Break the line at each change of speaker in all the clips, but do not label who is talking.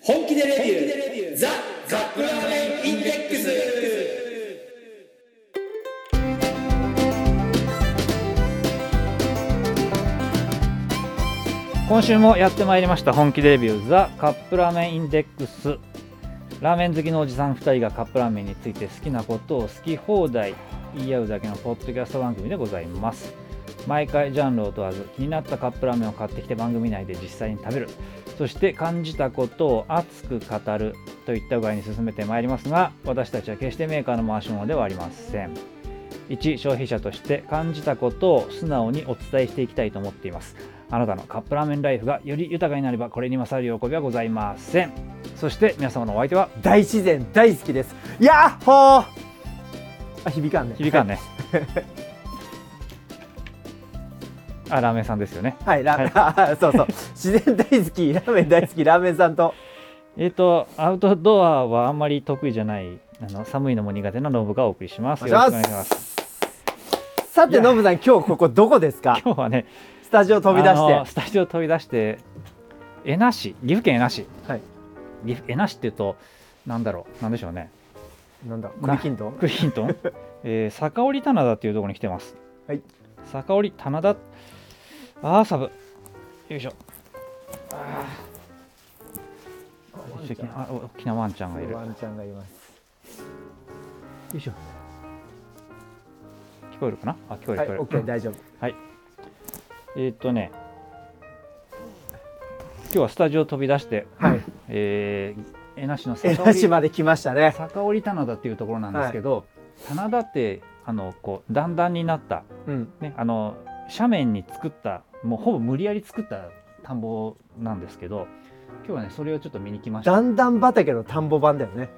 本気でレビューザ・カップラーメンインデックス
今週もやってまいりました本気レビューザカップラーメンインデックスラーメン好きのおじさん2人がカップラーメンについて好きなことを好き放題言い合うだけのポッドキャスト番組でございます毎回ジャンルを問わず気になったカップラーメンを買ってきて番組内で実際に食べるそして感じたことを熱く語るといった具合に進めてまいりますが私たちは決してメーカーの回し物ではありません一消費者として感じたことを素直にお伝えしていきたいと思っていますあなたのカップラーメンライフがより豊かになればこれに勝る喜びはございませんそして皆様のお相手は
大自然大好きですやっほーあ響かんね
響かん ねあラーメンさんですよね
はいラーメン、あ そうそう自然大好きラ ーメン大好きラーメンさんと
えっ、とアウトドアはあんまり得意じゃないあの寒いのも苦手なノブがお送りしますよろしくお願いします
さてノブさん今日ここどこですか
今日はね
スタジオ飛び出し
あの
て
スタジオ飛び出して江那市岐阜県江那市、
はい
岐阜江那市っていうとなんだろうなんでしょうね
なんだ栗きんとん
クリン トン、えー、坂織棚田っていうところに来てます
はい
坂織棚田あーサブよいしょあー大きなあお大きなワンちゃんがいる
ワンちゃんがいます
よいしょ聞こえるかなあ聞こえる聞
はい
こえる、
オッケー大丈夫
えーっとね今日はスタジオ飛び出して、
はい
えー、江那市の
江
坂
那市
織
まで来ましたね
坂織棚田っていうところなんですけど、棚田ってあのこう段々になった、
うん
ね、あの斜面に作ったもうほぼ無理やり作った田んぼなんですけど今日はねそれをちょっと見に来ました
だんだん畑の田んぼ版だよね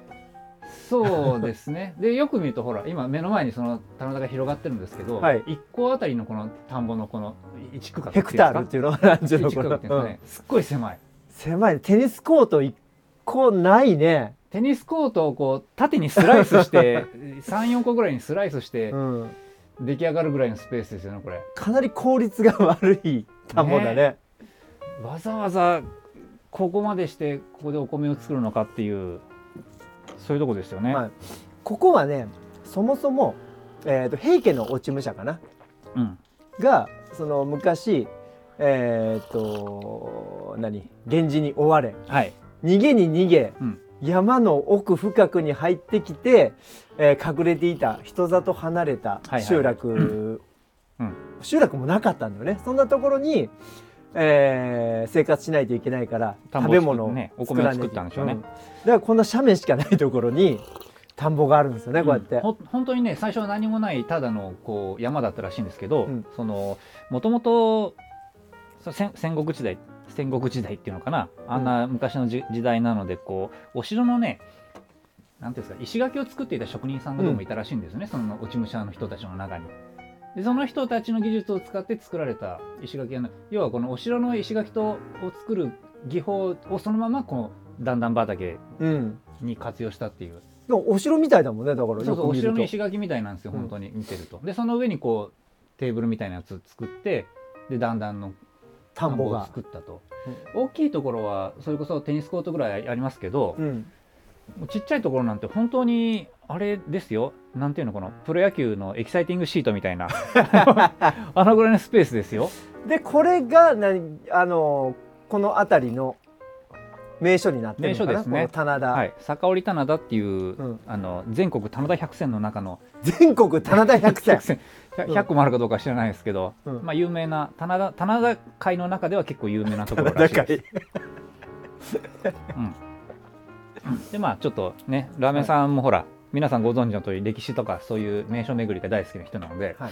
そうですね でよく見るとほら今目の前にその棚田が広がってるんですけど、
はい
1個あたりのこの田んぼのこの1区画ってい
ヘ
うん
ク
ですか
タールっていうのは何十の
1
こ
区画
の
っていうんですかね、すっごい狭い
狭いテニスコート一個ないね
テニスコートをこう縦にスライスして 34個ぐらいにスライスして
うん
出来上がるぐらいのスペースですよねこれ
かなり効率が悪い田んぼだね
わざわざここまでしてここでお米を作るのかっていうそういうとこですよね、
はいここはねそもそも、えー、と平家の落ち武者かな
うん
がその昔えっ、と何源氏に追われ
はい
逃げに逃げ、
うん
山の奥深くに入ってきて、えー隠れていた人里離れた
いはい
集落、
うん
集落もなかったんだよねそんなところに、えー生活しないといけないから
田んぼ
食
を
べ物を
ねお
作
米を
ら
作
な
っ
いと
たんでしょうね
だからこんな斜面しかないところに田んぼがあるんですよねこうやって。
んほん本当にね最初は何もないただのこう山だったらしいんですけど、
うん
そのもともとそ戦戦国時代戦国時代っていうのかなあんな昔のじ時代なのでこうお城のねなんていうんですか石垣を作っていた職人さんがどうもいたらしいんですよね、その落ち武者の人たちの中に。でその人たちの技術を使って作られた石垣がな要はこのお城の石垣とを作る技法をそのままこう段々畑
うん
に活用したっていう
でもお城みたいだもんねだから
そう
よ
そう
く
お
見る
城の
と
石垣みたいなんですよ
うん
本当に見てると、でその上にこうテーブルみたいなやつ作ってでだんだんの
田んぼ
を
が。
作ったと、大きいところはそれこそテニスコートぐらいありますけど、
うん、
もうちっちゃいところなんて本当にあれですよなんていうのかなプロ野球のエキサイティングシートみたい なあのぐらいのスペースですよ
でこれが何あのこの辺りの名所になってるのかな
名所ですね
この棚田、
はい坂織棚田っていう、
ん
あの全国棚田百選の中の
全国棚田百選
100 、選100 100個もあるかどうかは知らないですけど、
うん
まあ有名な棚田棚田界の中では結構有名なところらしいです。でまあちょっとねラーメンさんもほら、皆さんご存知の通り歴史とかそういう名所巡りが大好きな人なので、
はい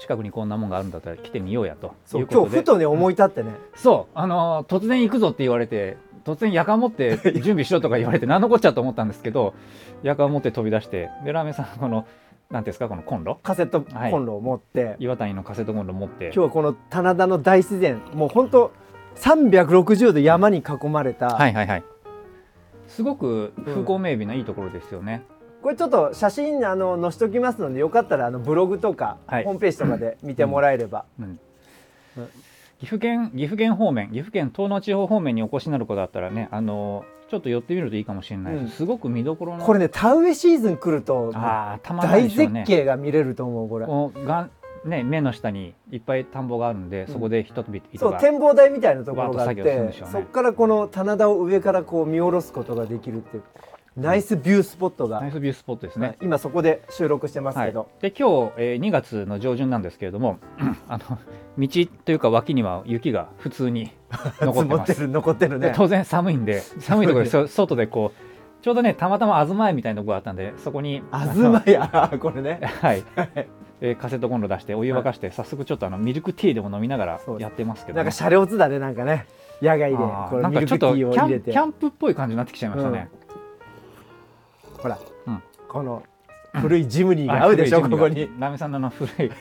近くにこんなもんがあるんだったら来てみようやと
そ
いう
う
こ
今
と
日
で
ふとね思い立ってね、
そうあのー突然行くぞって言われて突然やかん持って準備しろとか言われて何のこっちゃと思ったんですけどやかん持って飛び出してでラーメンさんはこのなんていうんですかこのコンロ
カセットコンロを持って、
岩谷のカセットコンロ持って
今日はこの棚田の大自然もう本当360度山に囲まれた、
はいはいはいすごく風光明媚ないいところですよね、
これちょっと写真あの載せときますのでよかったらあのブログとか、
はい
ホームページとかで見てもらえれば、
うん
うん
岐阜県岐阜県方面岐阜県東の地方方面にお越しになる子だったらねあのちょっと寄ってみるといいかもしれないです、
うん
すごく見どころの
これね田植えシーズン来ると
ああたまらない
大
でしょう
絶
ね
景が見れると思うこれ
こうがね目の下にいっぱい田んぼがあるんでそこで人々
そ
が
う展望台みたいなところがあっ
わーっと作業するん
て
でしょうね
そこからこの棚田を上からこう見下ろすことができるっていうナイスビュースポットが、
ナイスビュースポットです
ま
ね
あ、今そこで収録してます
は
け
い
ど、、
で今日、えー2月の上旬なんですけれども あの道というか脇には雪が普通 に残っ
積
て
も
ま
って
す
る残ってる
で
ね
当然寒いんで寒いところで そ外でこうちょうどねたまたま東屋みたいなとこがあったんでそこに
あ
の
ずまやこ れね
はい、えーカセットコンロ出してお湯沸かして、早速ちょっとあのミルクティーでも飲みながら
そうです
やってますけど
な
ね、
んか車両図だねなんかね野外で
あー
これ
なん
ミ
か
ル
ちょ
ク
っ
テ
と
ィ
キ
ーを入
ャ
れ
ンキ
て
ャンプっぽい感じになってきちゃいましたね、
ほら、
うん
この古いジムニーが合うでしょここに
ラメさんのあの古い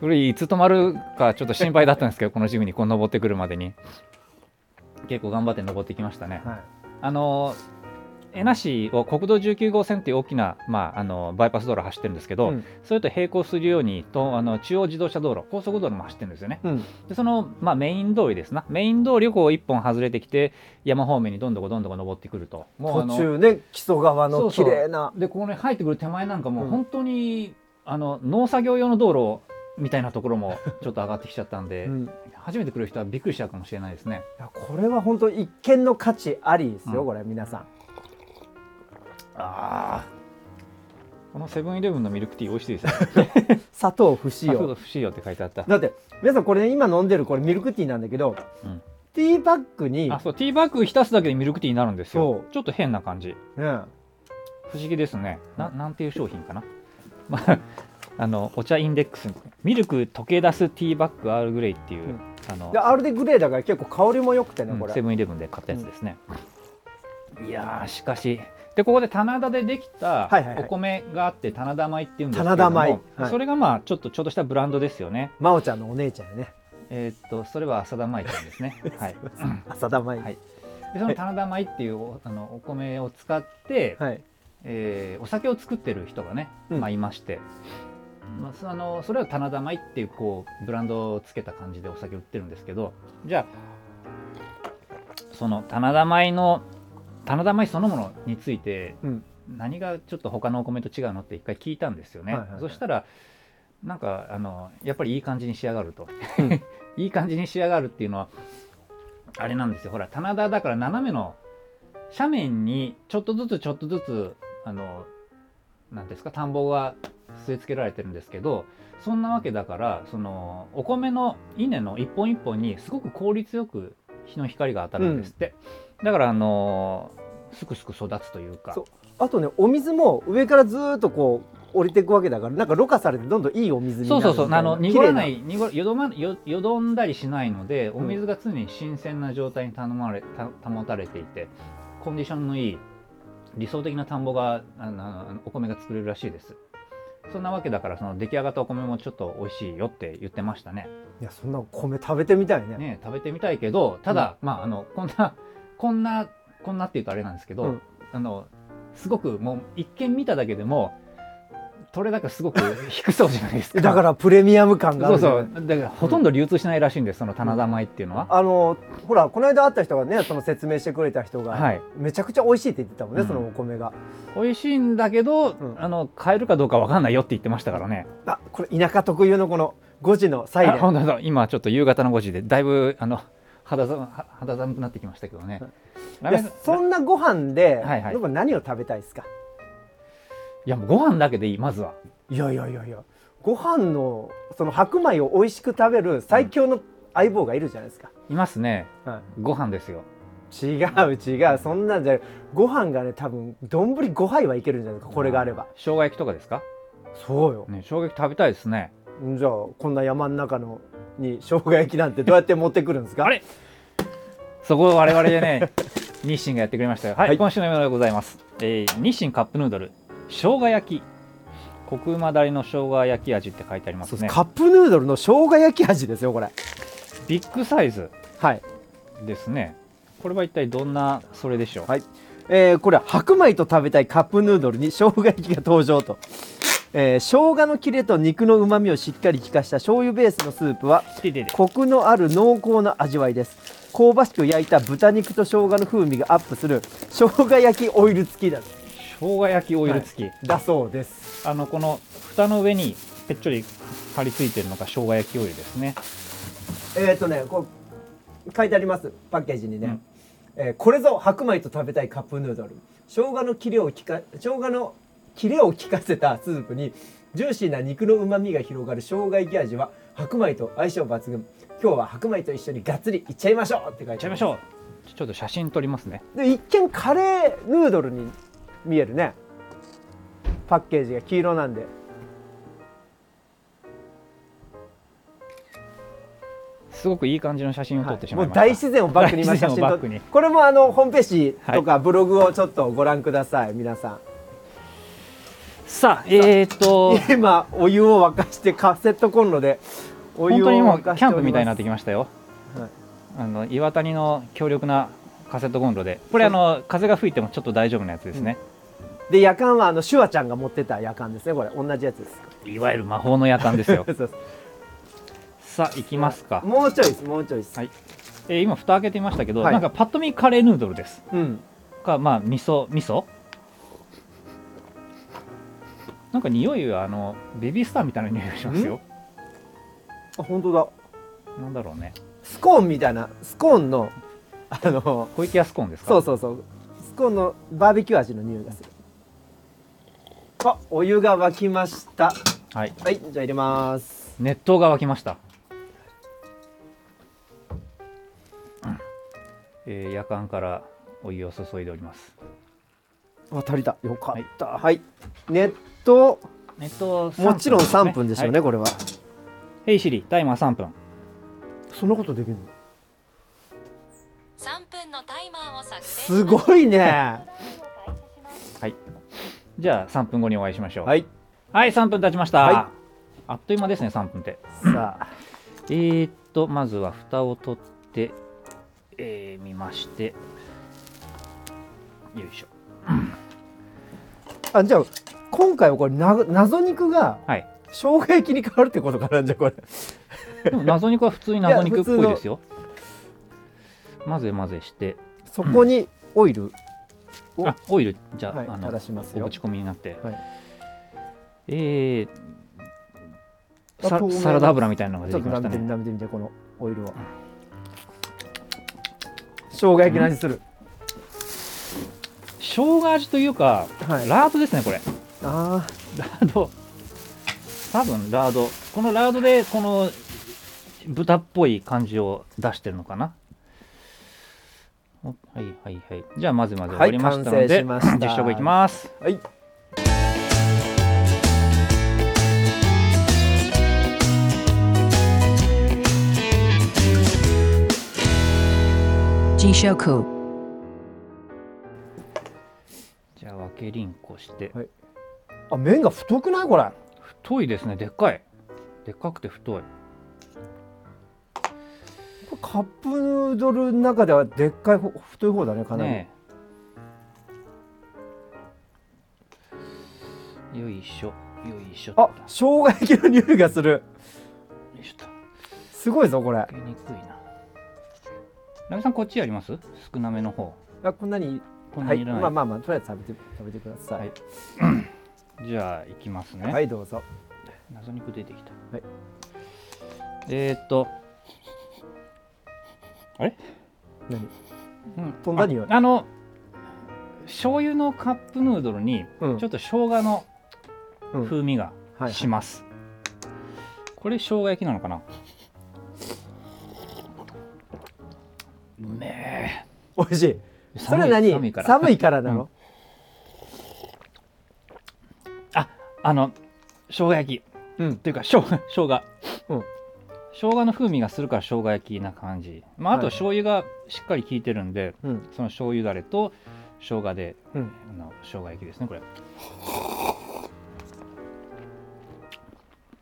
古いいつ止まるかちょっと心配だったんですけどこのジムにこう登ってくるまでに結構頑張って登ってきましたね
はい
あの江那市を国道19号線っていう大きな、まあ、あのバイパス道路走ってるんですけど、
うん
それと並行するようにとあの中央自動車道路高速道路も走ってるんですよね
うん
でその、まあ、メイン通りですなメイン通りをこう一本外れてきて山方面にどんどこどんどこ登ってくるともうあの
途中ね木曽川の綺麗な
でここに入ってくる手前なんかもう
うん
本当に、あの農作業用の道路みたいなところ もちょっと上がってきちゃったんで、
うんい
初めて来る人はびっくりしちゃうかもしれないですね
やこれは本当一見の価値ありですよ、
うん
これ皆さん
あこのセブンイレブンのミルクティー美味しいですね
砂糖不使
「不
用
不よって書いてあった
だって皆さんこれ、ね、今飲んでるこれミルクティーなんだけど、
うん
ティーバッグに
あそうティーバッグ浸すだけでミルクティーになるんですよ
そう
ちょっと変な感じ
ね
不思議ですねななんていう商品かな、 まあ、あのお茶インデックスミルク溶け出すティーバッグアールグレイっていう、
うん
あの
でアールデグレーだから結構香りも良くてね、
うん
これ
セブンイレブンで買ったやつですね、いやーしかしでここで棚田でできた
はいはいはい
お米があって棚田米っていうんですけれども
棚田米はい
それがまあちょっとちょっとしたブランドですよね
真央ちゃんのお姉ちゃんやね
えーっとそれは浅田米ちゃんですね はい
浅田舞
はいでその棚田米っていうおあのお米を使って、
はい
えーお酒を作ってる人がね、
うん
まあ、いまして、まあそ、あのそれを棚田米っていうこうブランドをつけた感じでお酒売ってるんですけどじゃあその棚田米の棚田米そのものについて
うん
何がちょっと他のお米と違うのって一回聞いたんですよね、
はいはいはい
そしたらなんかあのやっぱりいい感じに仕上がる と
うん
いい感じに仕上がるっていうのはあれなんですよほら棚田だから斜めの斜面にちょっとずつちょっとずつあのなんていうんですか田んぼが据え付けられてるんですけどそんなわけだからそのお米の稲の一本一本にすごく効率よく日の光が当たるんですって、だからあのすくすく育つというか
そうあとねお水も上からずーっとこう降りていくわけだからなんかろ過されてどんどんいいお水に
そ
なる
う
みた
そ
いうな
そうあの濁らな
綺
い濁らよどまよよどんだりしないのでお
ん
水が常に新鮮な状態に頼まれた保たれていてコンディションのいい理想的な田んぼがあのあのお米が作れるらしいですそんなわけだからその出来上がったお米もちょっと美味しいよって言ってましたね
麗ないやそんな米食べてみたいね
ね食べてみたいけどただ、まああのこんなこんなこんなって言うとあれなんですけど、
うん
あのすごくもう一見見ただけでも取れ高すごく低そうじゃないですか
だからプレミアム感があ
そ
る
う
じゃな
そ
いう
だからほとんど流通しないらしいんですその棚田米っていうのは、
あのほらこの間会った人がねその説明してくれた人が、
はい
めちゃくちゃ美味しいって言ってたもんね、
うん
そのお米が
美味しいんだけど、
ん
あの買えるかどうかわかんないよって言ってましたからね、
あこれ田舎特有のこの5時のサイレ
あ
ン
本当だ今ちょっと夕方の5時でだいぶあの肌寒肌寒くなってきましたけどね、ラ
い
ーメ
や
ンい
そんなご飯で、
はいはい
僕は何を食べたいですか
やもうご飯だけでいいまずはい
やいやいやいやご飯のその白米を美味しく食べる最強の相棒がいるじゃないですか、
いますね
は
ご飯ですよ
い、違う違うそんなんじゃないご飯がね多分丼5杯はいけるんじゃないですかこれがあれば
生姜焼きとかですか
そうよ
ね生姜焼き食べたいですね
じゃあこんな山の中のに生姜焼きなんてどうやって持ってくるんですか
あれそこを我々で ね日清がやってくれましたよはい、
はい
今週のメニューでございます、えー日清カップヌードル生姜焼きコクうまだれの生姜焼き味って書いてありま
そ
す
うです
ね
カップヌードルの生姜焼き味ですよこれ
ビッグサイズ
はい、
ですねこれは一体どんなそれでしょう、
はいえーこれは白米と食べたいカップヌードルに生姜焼きが登場とえー生姜の切れと肉の旨味をしっかり効かした醤油ベースのスープは
ててて
コクのある濃厚な味わいです香ばしく焼いた豚肉と生姜の風味がアップする生姜焼きオイル付きだ
生姜焼きオイル付き、
だそうです
あのこの蓋の上にぺっちょり貼り付いてるのが生姜焼きオイルですね
えっ、とねこう書いてありますパッケージにね、
うん
えーこれぞ白米と食べたいカップヌードル生姜の切れをきか生姜の切れを効かせたスープにジューシーな肉の旨味が広がる生姜焼き味は白米と相性抜群今日は白米と一緒にがっつりいっちゃいましょうって書いてあ
いっちゃいましょうちょっと写真撮りますね
うで一見カレーヌードルに見えるねパッケージが黄色なんで
すごくいい感じの写真を撮ってしま
も
いまし
う
た、
大自然をバックに今写
大自
真
然を
撮
バ
っ
ックに
これもあのホームページとかブログをちょっとご覧ください、皆さん
さあえー、っと
今お湯を沸かしてカセットコンロでお
本
湯を
当にもう
沸
キ
かして
ャンプみたいになってき
ま
ましたよ、
はい
あの岩谷の強力なカセットコンロでこれあの風が吹いてもちょっと大丈夫なやつですね、
すで夜間はあのシュワちゃんが持ってた夜間ですねこれ同じやつです
いわゆる魔法の夜間 ですよ
そう そう
さあ行きますか、
もうちょいですもうちょいです、
はいえー今蓋開けてみましたけど、
はい
なんかパッと見カレーヌードルです
うん
かまあ味噌味噌なんか匂いはあのベビースターみたいな匂いがしますよ
あ本当だ
なんだろうね
スコーンみたいなスコーンのあの
小池康コンですか
そうそうそうスコーンのバーベキュー味の匂いがするあお湯が沸きました
はい
はいじゃあ入れます
熱湯が沸きました、うんえー、夜間からお湯を注いでおります
あ足りたよかったはい、熱湯
熱湯3分
もちろん3分でしょうね、
はい
これは
ヘイシリタイマー3分
そんなことできるの
3分のタイマーを作成
すごいね
じゃあ3分後にお会いしましょう
はい
はい、3分経ちました、
は
あっという間ですね3分って
さあ
えー、っとまずは蓋を取って、えー見ましてよいしょ
あじゃあ今回はこれな謎肉が
はい
生姜焼きに変わるってことかなじゃあこれ
でも謎肉は普通に謎肉っぽ
い
い
や
ですよ混ぜ混ぜして
そこにオイル、お
あオイルじゃあ,、
はい、
あ
垂
の
らします
お
よ
口コミになって、
はい
えー
あ
さ
透明な
サラダ油みたいなのが
ち
出
ょ
て
っ
き
と
ました
舐めてみ
ね
舐めてみてこのオイルを生姜焼きの味する、
生姜味というか、
はい
ラードですねこれ
あ
ラード多分ラードこのラードでこの豚っぽい感じを出してるのかなおはいはいはいじゃあ混ぜ混ぜ終
は
わ
い
りましたので、
完成しました
実食いきます
あはい
じゃあ分けりんこして、
はいあ麺が太くないこれ
太いですねでっかいでっかくて太い
これカップヌードルの中ではでっかい方太い方だねかなり、
ねえよいしょよいしょっと
あ生姜焼きの匂いがする
よいしょっと
すごいぞこれ
分けにくいなラミさんこっちやります少なめの方
あこんなに
こんな
は
に
い
いらない、
まあまあまあとりあえず食べて食べてください、
はいじゃあいきますね、
はい、どうぞ。
謎肉出てきた、
はい
えー、っとあれ
何
うん
飛んだ匂い
ああの醤油のカップヌードルに
うん
ちょっと生姜の
うん
風味が
はい
します、これ生姜焼きなのかなうめ
美味しい。
え
それは何
寒いから
寒いからな
あ
の、
あの生姜焼き
うん。
というか生姜生姜、
うん
生姜の風味がするから生姜焼きな感じ、まあ、あと
はい
醤油がしっかり効いてるんで、
うん。
その醤油だれと生姜で、
うん
あの生姜焼きですねこれ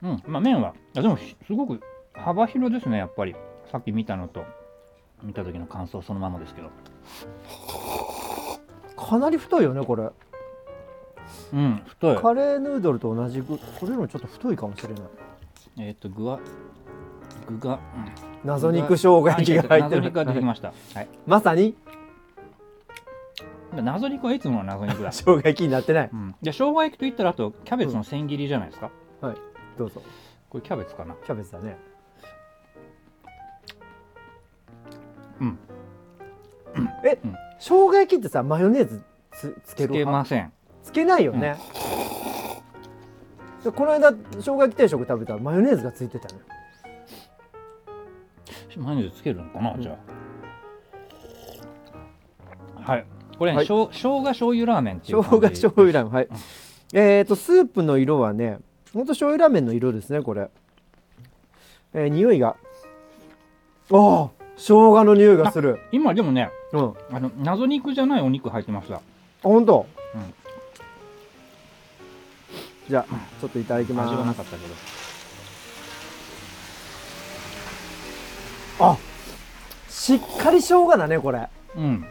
うんまあ麺はあでもひすごく幅広ですねやっぱりさっき見たのと見た時の感想そのままですけど
かなり太いよね、これ。
うん太い
カレーヌードルと同じぐこれよりもちょっと太いかもしれない
えっ、と具は具が
謎肉生姜焼きが入って
謎肉が出てき
る
ました、はい、
まさに
謎肉はいつもの謎 肉だ
生姜焼きになってない
うん、で生姜焼きといったらあとキャベツの千切りじゃないですか、
どうぞ
これキャベツかな
キャベツだね
うん
え、
うん
生姜焼きってさマヨネーズつつけ
つ
る
け
派
ません
つけないよね、でこの間生姜焼き定食食べたらマヨネーズがついてたね
マヨネーズつけるのかな、
うん
じゃあはいこれね、
はい
しょう生姜醤油ラーメンってい
生
う
姜
感じ
醤油ラーメンはい、えー、とスープの色はねほんと醤油ラーメンの色ですねこれえー、匂いがああ生姜の匂いがする
今でもね
うんあ
あの謎肉じゃないお肉入ってました
ほんと、
うん
じゃあちょっといただき
味は
ま
な
す
かったけど
あしっかり生姜だねこれ
うん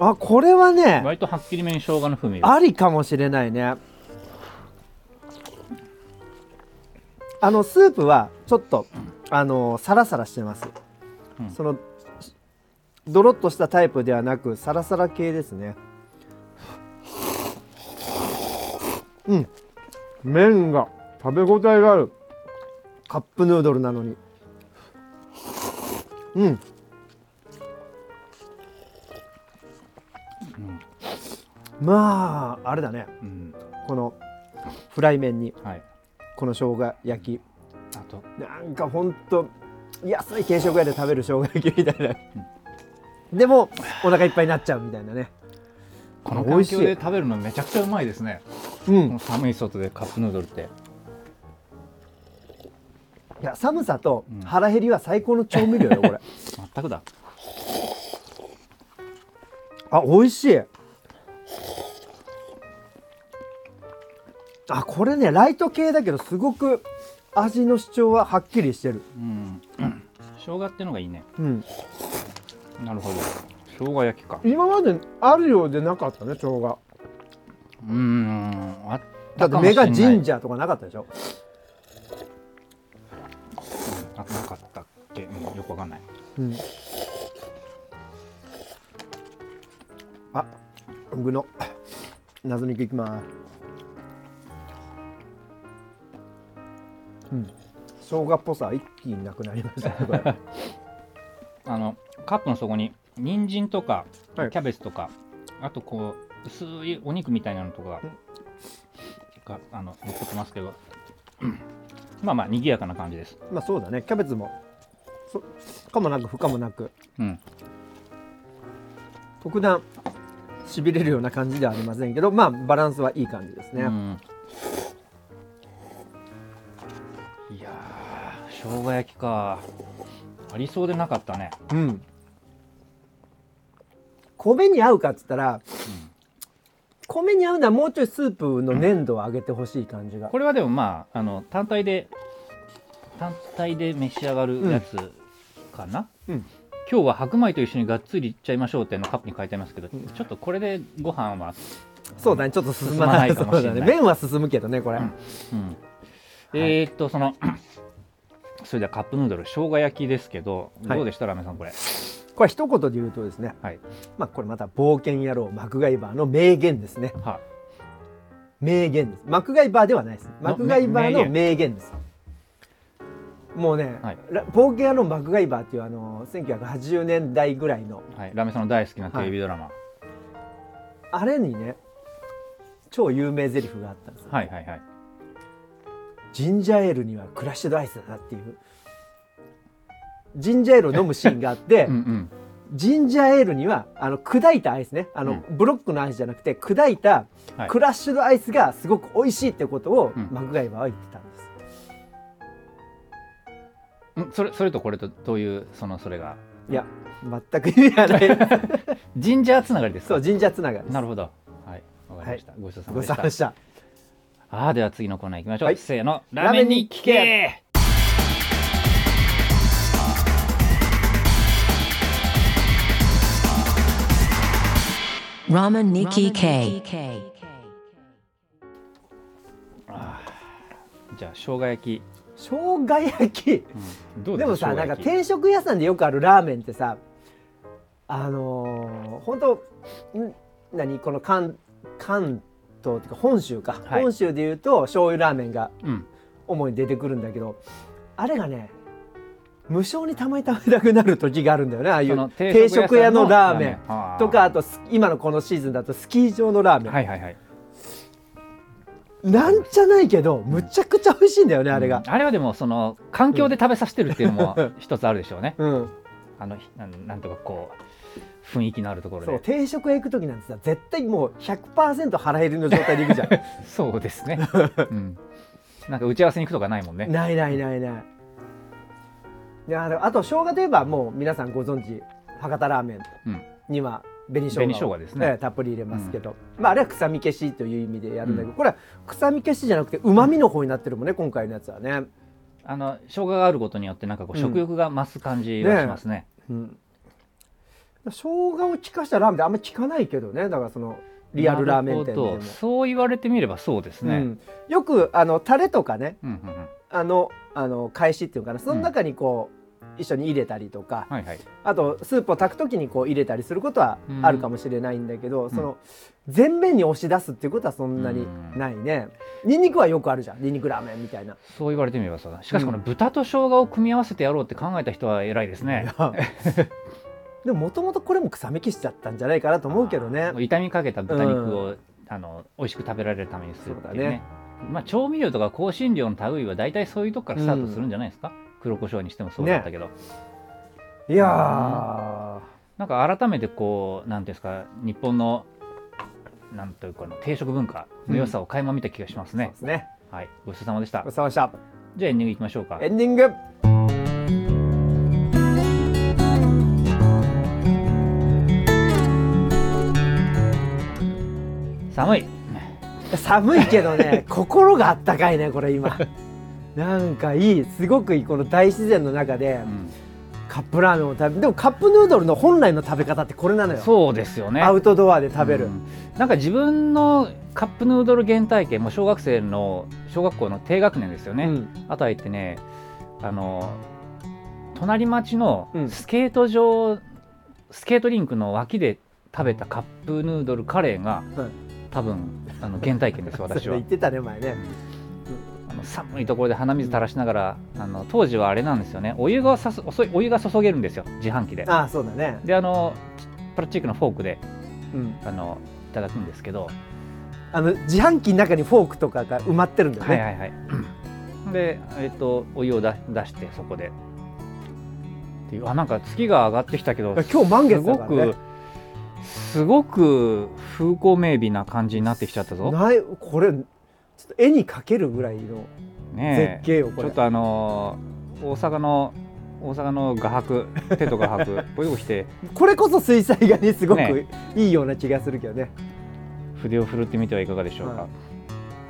あこれはね
割とはっきりめに生姜の風味が
ありかもしれないねあのスープはちょっとあのサラサラしてます、
うん
そのドロッとしたタイプではなくサラサラ系ですねうん麺が食べ応えがあるカップヌードルなのにうんまああれだね
うん
このフライ麺に
はい
この生姜焼き
あと
なんかほんと安い軽食屋で食べる生姜焼きみたいな、でもお腹いっぱいになっちゃうみたいなね
この
美味
環
しい
境で食べるのめちゃくちゃうまいですね
う
この
ん
寒い外でカップヌードルって
いや寒さと
うん
腹減りは最高の調味料よこれ
全くだ
あ美味しいあこれねライト系だけどすごく味の主張ははっきりしてる
うん生姜ってのがいいね
うん
なるほど生姜焼きか
今まであるようでなかったね生姜
うーんあった
だっ
かも
て
しれ
メ
な
ガ
い
ジンジャーとかなかったでしょ
あなかったっけ、うん、よくわかんない
うん、あ具の謎肉いきますうん生姜っぽさ一気になくなりましたねこれ
あのカップの底に人参とかキ
はい
ャベツとか、あとこう薄いお肉みたいなのとかがあの残ってますけどうんまあまあ賑やかな感じです
まあそうだねキャベツもそかもなく不可もなく
うん
特段しびれるような感じではありませんけどまあバランスはいい感じですね、
うんいやー生姜焼きかありそうでなかったね
うん、米に合うかっつったら、米に合うのはもうちょいスープの粘度を上げてほしい感じが、
これはでもまああの単体で単体で召し上がるやつかな、
うん
今日は白米と一緒にがっつりいっちゃいましょうっていうのカップに書いてありますけど、ちょっとこれでご飯は、
そうだねちょっと進まない
進まないかもしれない
そうだね、麺は進むけどねこれ、
うんうんえーっとその それではカップヌードル生姜焼きですけど
はい
どうでしたラメさんこれ
これ一言で言うとですね、
はい
まあ、これまた冒険野郎マクガイバーの名言ですね
は
名言ですマクガイバーではないですマクガイバーの
め
名言ですもうね、
はい
ら冒険野郎マクガイバーっていうあの1980年代ぐらいの
い、はい、ラメさんの大好きなテレビドラマ、
あれにね超有名台詞があったんですよ
はい、はいはい
ジンジャーエールにはクラッシュドアイスだなっていうジンジャーエールを飲むシーンがあって、
うんうん
ジンジャーエールにはあの砕いたアイスねあの、
うん
ブロックのアイスじゃなくて砕いた
はい
クラッシュドアイスがすごく美味しいってことを、
うん
マグガイバーは言ってたんです
うんそれそれとこれとどういうそのそれが
いや全く意味がない
ジンジャーつながりですか
そうジンジャーつながりです
なるほどはいわかりました、ごちそうさま
ご
で
ざ
し
い
た
ました
ああでは次のコーナー行きましょう、
はい
せーの
ラ
ラ
メ
メ
ンに
に
聞
聞
け
け
ラーメンに K
じゃあ生姜焼き、
生姜焼き
うんどう
でもさ
生姜
なん
焼
か
き
定食屋さんでよくあるラーメンってさあのー、本当ん何この関関東っていうか本州か、
はい
本州でいうと醤油ラーメンが
うん
主に出てくるんだけどあれがね無償にたまに食べたくなる時があるんだよねああい
その
う定食屋のラーメン
あ
とかあとス今のこのシーズンだとスキー場のラーメン、
はいはいはい
なんじゃないけどむちゃくちゃ美味しいんだよねあれが
うん、あれはでもその環境で食べさせてるっていうのも
うん
一つあるでしょうね
うん
あのひなんなんとかこう雰囲気のあるところ
そう
で
定食へ行く時なんてさ絶対もう100%腹減りの状態で行く じゃん
そうですね、うん、なんか打ち合わせに行くとかないもんね
ないないないないいやあと生姜といえばもう皆さんご存知博多ラーメン
うん
には紅生姜を
紅生姜ですね
ええたっぷり入れますけど、まあ、あれは臭み消しという意味でやるんだけど、これは臭み消しじゃなくてうまみの方になってるもんね今回のやつはね、
あの生姜があることによってなんかこう
うん
食欲が増す感じがしますね,、
うん、生姜を効かしたラーメンってあんまり効かないけどねだからそのリアルラーメン店で
なる
も
ほど、そう言われてみればそうです
う
ね、
ん、よくあのタレとかね
うんうんうん、
あのあの返しっていうのかなその中にこう、一緒に入れたりとか、
はいはい
あとスープを炊く時にこう入れたりすることはあるかもしれないんだけど、その全面に押し出すっていうことはそんなにないね、ニンニクはよくあるじゃんニンニクラーメンみたいな
そう言われてみればそうだしかしこの豚と生姜を組み合わせてやろうって考えた人は偉いですね、
でももともとこれも臭み消しちゃったんじゃないかなと思うけどね
あー痛みかけた豚肉を、あの美味しく食べられるためにするっていうね
そうだね
まあ調味料とか香辛料の類は大体そういうとこからスタートするんじゃないですか、黒胡椒にしてもそうだったけど、
いやー
なんか改めてこうなんていうんですか日本のなんというかの定食文化の良さを垣間見た気がします
そう
ね
で、すね
はいごちそうさまでした
ごちそうさまで
じゃあエンディングいきましょうか
したエンディング
寒い
寒いけど ね心があったかいねこれ今なんかいいすごくいいこの大自然の中で
うん
カップラーメンを食べでもカップヌードルの本来の食べ方ってこれなのよ
そうですよね
アウトドアで食べる、
うんなんか自分のカップヌードル原体験もう小学生の小学校の低学年ですよね、
うん
あとは行ってねあの隣町の
うん
スケート場、スケートリンクの脇で食べたカップヌードルカレーが、
はい
多分あの原体験です私
それ
は
言ってたね前ね
あの寒いところで鼻水垂らしながらあの当時はあれなんですよねお湯がさすおそお湯が注げるんですよ自販機で
ああそうだね
であのプラスチックのフォークで
うん
あのいただくんですけど、
あの自販機の中にフォークとかが埋まってるんだよ
はい
ね、
はいはい。で、えっと、お湯を出出して、そこで。っていう、あ、なんか月が上がってきたけど、
今日満
す
月
ご
だから、
く
ね、、
すごく風光明媚な感じになってきちゃったぞ。
ないこれちょっと絵に描けるぐらいの絶
ねえ。
景よこ
ち
れ、
ょっとあのー大阪の、大阪の画伯、手と画伯、泳ぎして、
これこそ水彩画にすごく
ね
いいような気がするけどね
筆を振るってみてはいかがでしょうか。
は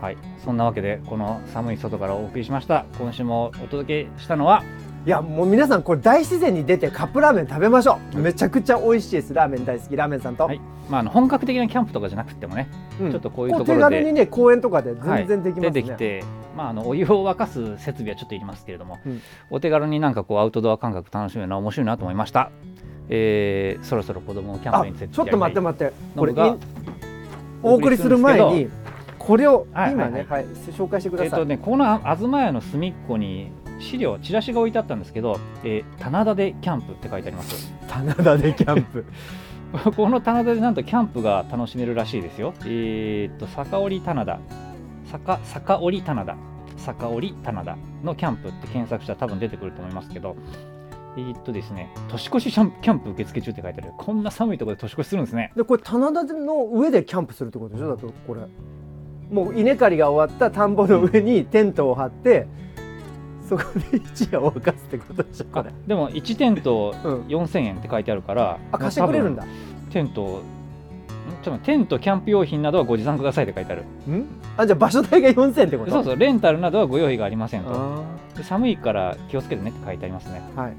はい、そんなわけでこの寒い外からお送りしました今週もお届けしたのはい
やもう皆さんこれ大自然に出てカップラーメン食べましょう、めちゃくちゃ美味しいですラーメン大好きラーメンさんと、
はい、まあ、あの本格的なキャンプとかじゃなくてもね、
うん
ちょっとこういう
ことう
こ
手
ろ
軽
で
にね公園とかで全然できますね、
出てきて、まあ、あのお湯を沸かす設備はちょっといりますけれども、
うん
お手軽になんかこうアウトドア感覚楽しめるのは面白いなと思いました、えー、そろそろ子供をキャン
あ
プに連れて
ちょっと待って
っ
待って
ノ
こ
ブ
れ
が
いお送りする前にこれを
はい
今ね
は
はい紹介してく
え
だ
っ
さ
と
い
ね、このあ東屋の隅っこに資料チラシが置いてあったんですけど「えー棚田でキャンプ」って書いてあります
棚田でキャンプ
この棚田でなんとキャンプが楽しめるらしいですよえーっと坂織棚田坂坂織棚田坂織棚田のキャンプって検索したら多分出てくると思いますけどえーっとですね年越しキャンプキャンプ受付中って書いてあるこんな寒いところで年越しするんですね
でこれ棚田の上でキャンプするってことでしょだとこれもう稲刈りが終わった田んぼの上にテントを張ってそこで一夜を沸かすってことでしょこ
あ
れ
でも1テント
うん
4000円って書いてあるから
あ貸してくれるんだ
多分テントんちょっと待ってテントキャンプ用品などはご持参くださいって書いてある
んあじゃあ場所代が4000ってこと
そうそうレンタルなどはご用意がありませんと
あ
で寒いから気をつけてねって書いてありますね
ーはい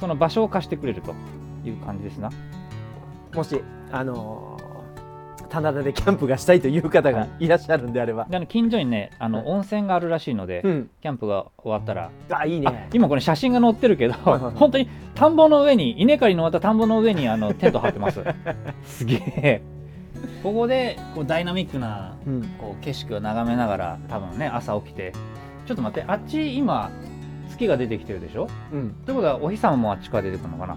その場所を貸してくれるという感じですな
もしあのー棚田でキャンプがしたいという方がいらっしゃるんであれば、
であの近所にねあの、
はい
温泉があるらしいので、
うん
キャンプが終わったら、
あいい
あ
ね
今これ写真が載ってるけど、
はいはい
本当に田んぼの上に稲刈りの終わった田んぼの上にあのテント張ってます すげえここでこうダイナミックな
うん
こう景色を眺めながら多分ね朝起きてちょっと待ってあっち今月が出てきてるでしょ
うん
ということはお日様もあっちから出てくるのかな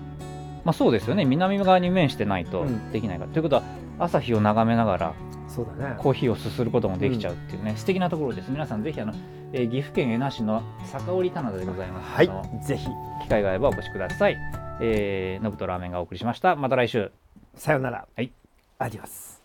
まあそうですよね南側に面してないと
うん
できないから、ということは朝日を眺めながら
そうだね
コーヒーをすすることもできちゃうっていうね、素敵なところです皆さんぜひあの、えー岐阜県恵那市の坂織棚田でございます、
は
あの
いぜひ
機会があればお越しくださいえー、のぶとラーメンがお送りしましたまた来週
さよなら
はい
あります